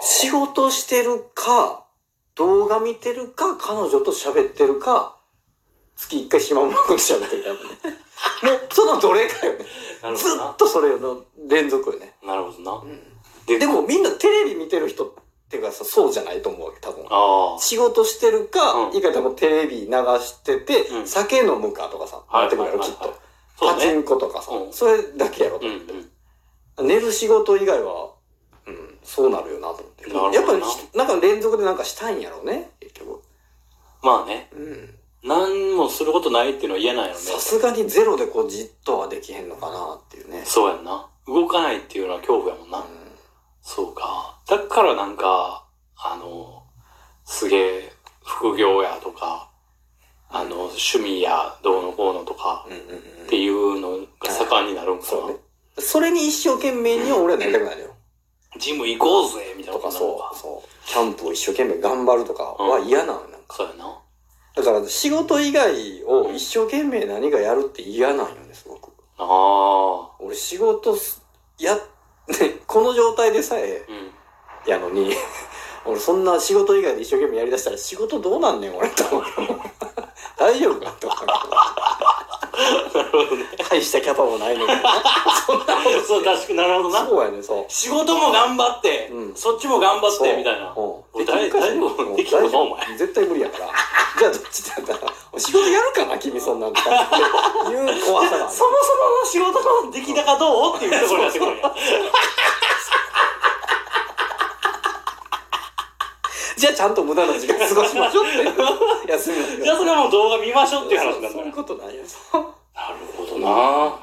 仕事してるか、動画見てるか、彼女と喋ってるか、月一回島村くんと喋ってるからね。 もう、そのどれかよね。なるずほどっとそれの連続よね。な。なるほどな。でもみんなテレビ見てる人っていうかさ、そうじゃないと思うわけ、多分。あ仕事してるかう、んいいかでもテレビ流してて、うん酒飲むかとかさ、あ。なってくるやろ、きっと。そパうチね。ンコとかさ、うんそれだけやろとうんう思って。ん。寝る仕事以外は、うん、そうなるよなと思って。なるほどなやっぱりひ、なんか連続でなんかしたいんやろうね、結局。まあね。うん。何もすることないっていうのは嫌なんやろね。さすがにゼロでこうじっとはできへんのかなっていうね。そうやんな。動かないっていうのは恐怖やもんな。そうか。だからなんか、あの、すげえ、副業やとか、あの、趣味やどうのこうのとかうん。うんうんうんっていうのが盛んになるんかそうなね。。それに一生懸命には俺はなりたくないのよ。ジム行こうぜみたいなとこかとになるそのう。。そかう。キャンプを一生懸命頑張るとかは嫌なのよなんか。そうやな。だから仕事以外を一生懸命何かやるって嫌なんよね、すごく。ああ。俺仕事す、や、ね、この状態でさえ、うん。 やのに、 俺そんな仕事以外で一生懸命やりだしたら仕事どうなんねん、俺と思う。 大丈夫かと思う。 なるほどね。大したキャパもないのに。そんなこと そう、確かになるほどな。そうやね、そう。仕事も頑張って、うんそっちも頑張っそうて、みたいな。う俺ん。できるか大丈夫うんできるの大丈夫お前絶対無理やから。 じゃあどっちだったら、お仕事やるかな、君そんなんとか。 いう怖さがあるそもそもの仕事の出来高どうっていうところになってくるんや。じゃあちゃんと無駄な時間過ごしましょう っていう。休みの日じゃあそれはもう動画見ましょうっていう話そにうなるかそうらいう。ことなんや。なるほどな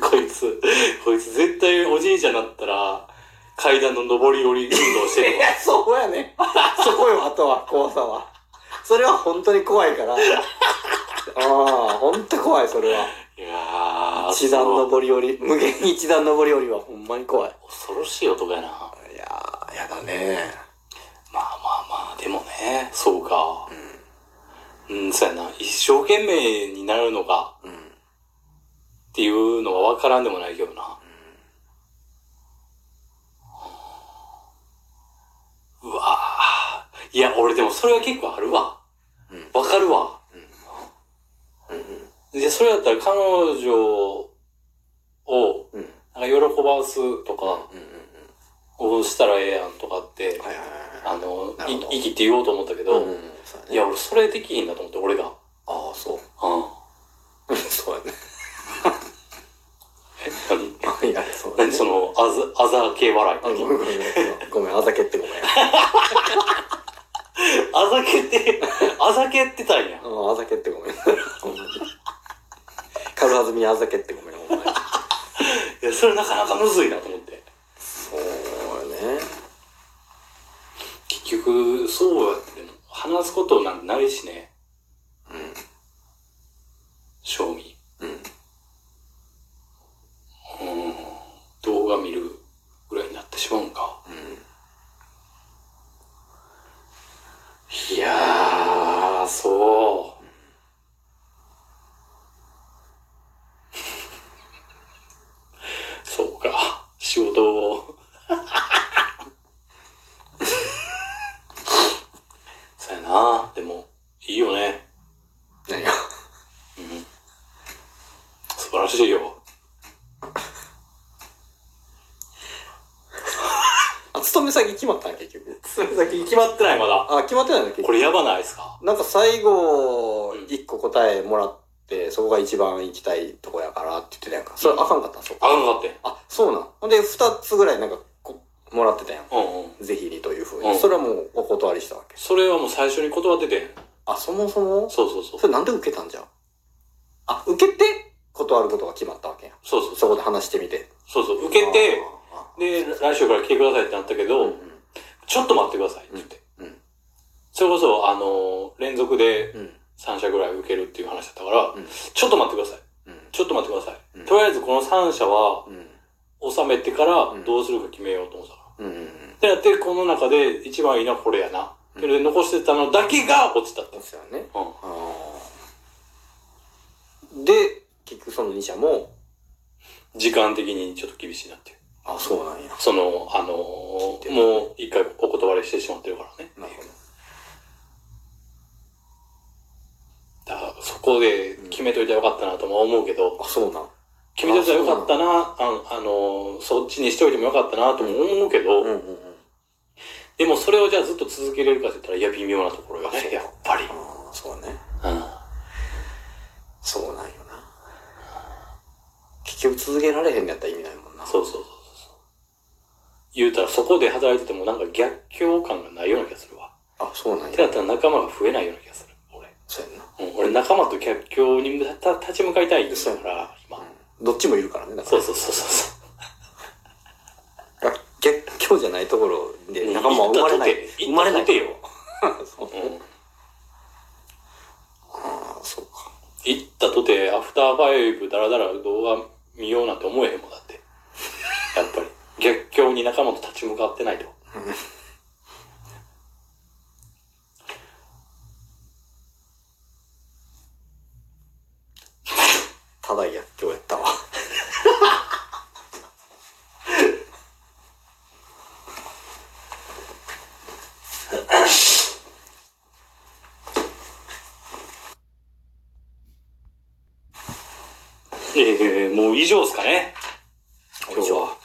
こいつ、こいつ絶対おじいちゃんになったら、階段の上り下り運動してるわ。そうやね。そこよ、あとは、怖さは。それは本当に怖いから。ああ、本当怖い、それは。いやー、一段上り下り、無限に一段上り下りはほんまに怖い。恐ろしい男やな。まいやー、やだね。あまあまあ、でもね、そうか。うん、そうやな。一生懸命になるのが、うん。っていうのは分からんでもないけどな。うわぁ。いや、俺でもそれは結構あるわ。うん分かるわ。うん。で、それだったら彼女を、うん。うん。なんか喜ばすとか、をしたらええやんとかって、はいはあのなるほど、い、生きて言おうと思ったけいはい。ど、ん。そうやいね。や、俺それできひんだと思って、俺が。うん。ああ、そう。そうやね。え、何いや、そうや何ね。その、あざ、あざ系笑い。あ、ごめんごめん。ごめん、あざけってごめん。あざけて、 あざけってたんや。うんあざけってごめん。ほんまに軽はずみにあざけってごめん、ほんまに。いや、それなかなかむずいなと思って。そうやね。結局、そうやって、話すことなんてないしね。賞味。うん。うん。動画見るぐらいになってしまうんか。いやー、そう。 そうか。仕事を。 そうやな。でも、いいよね。何がうん素晴らしい よ。あ、勤め先決まったん結局。それ先決まってない、まだ。あ、決まってないの結こ局。れやばないですかなんか最後、一個答えもらって、そこが一番行きたいとこやからって言ってたやんか。それあかんかったんそうあ。かんかってん。あ、そうなん。ほんで、二つぐらいなんかこ、もらってたやん。うんうん。ぜひにというふううに。んそれはもうお断りしたわけ。それはもう最初に断っててん。あ、そもそもそうそうそう。それなんで受けたんじゃんあ、受けて断ることが決まったわけやん。そうそうそう。そこで話してみて。そうそう。受けて、あー、で、来週から来てくださいってなったけあど、ーうんちょっと待ってくださいって言って。うん。うんそれこそ、あのー連続でうん。 3社ぐらい受けるっていう話だったから、うんちょっと待ってください。うん。ちょっと待ってください。うんとりあえずこの3社はうん。収めてからうんどうするか決めようと思ってたから。うん。うん。で、やって、この中で一番いいのはこれやな。うんけど、残してたのだけが落ちたって。ですよね。うん。あーで結局その2社も時間的にちょっと厳しいなっていう。あ、そうなんや。その、あのーもう一回お断りしてしまってるからね。なるほど。だからそこで決めといたらよかったなとも思うけど、あ、そうなん。決めといたらよかったな、ああのーそっちにしておいてもよかったなとも思うけど、うんうんうん。でもそれをじゃあずっと続けれるかって言ったら、いや、微妙なところがそうね、やっぱり。ああ、そうね。うん。そうなんよな。結局続けられへんのやったら意味ないもんな。そうそうそうそう。言うたらそこで働いててもなんか逆境感がないような気がするわ。あ、そうなんてなやっ。たら仲間が増えないような気がする、俺。そうやんな。うん俺仲間と逆境に立た立ち向かいたいんだから、今。うんどっちもいるからね、だかそらう。そうそうそうそう。あ逆境じゃないところで仲間は生まれない。生生ままれれなないい。よ。そううあんあ、そうか。行ったとて、アフターファイブだらだら動画見ようなんて思えへんもんだって。やっぱり。逆境に仲間と立ち向かってないと。ただ逆境やったわ。ええもう以上ですかね。今日は。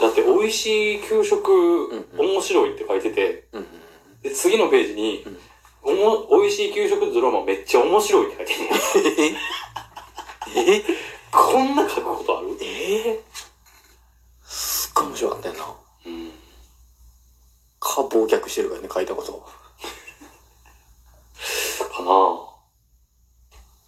だって、美味しい給食、ん面白いって書いてて、うんうん。で、次のページに、おも美味しい給食ドラマめっちゃ面白いって書いてて、えこんな書くことあるええすっごい面白かったよな。うん。か、忘却してるからね、書いたこと。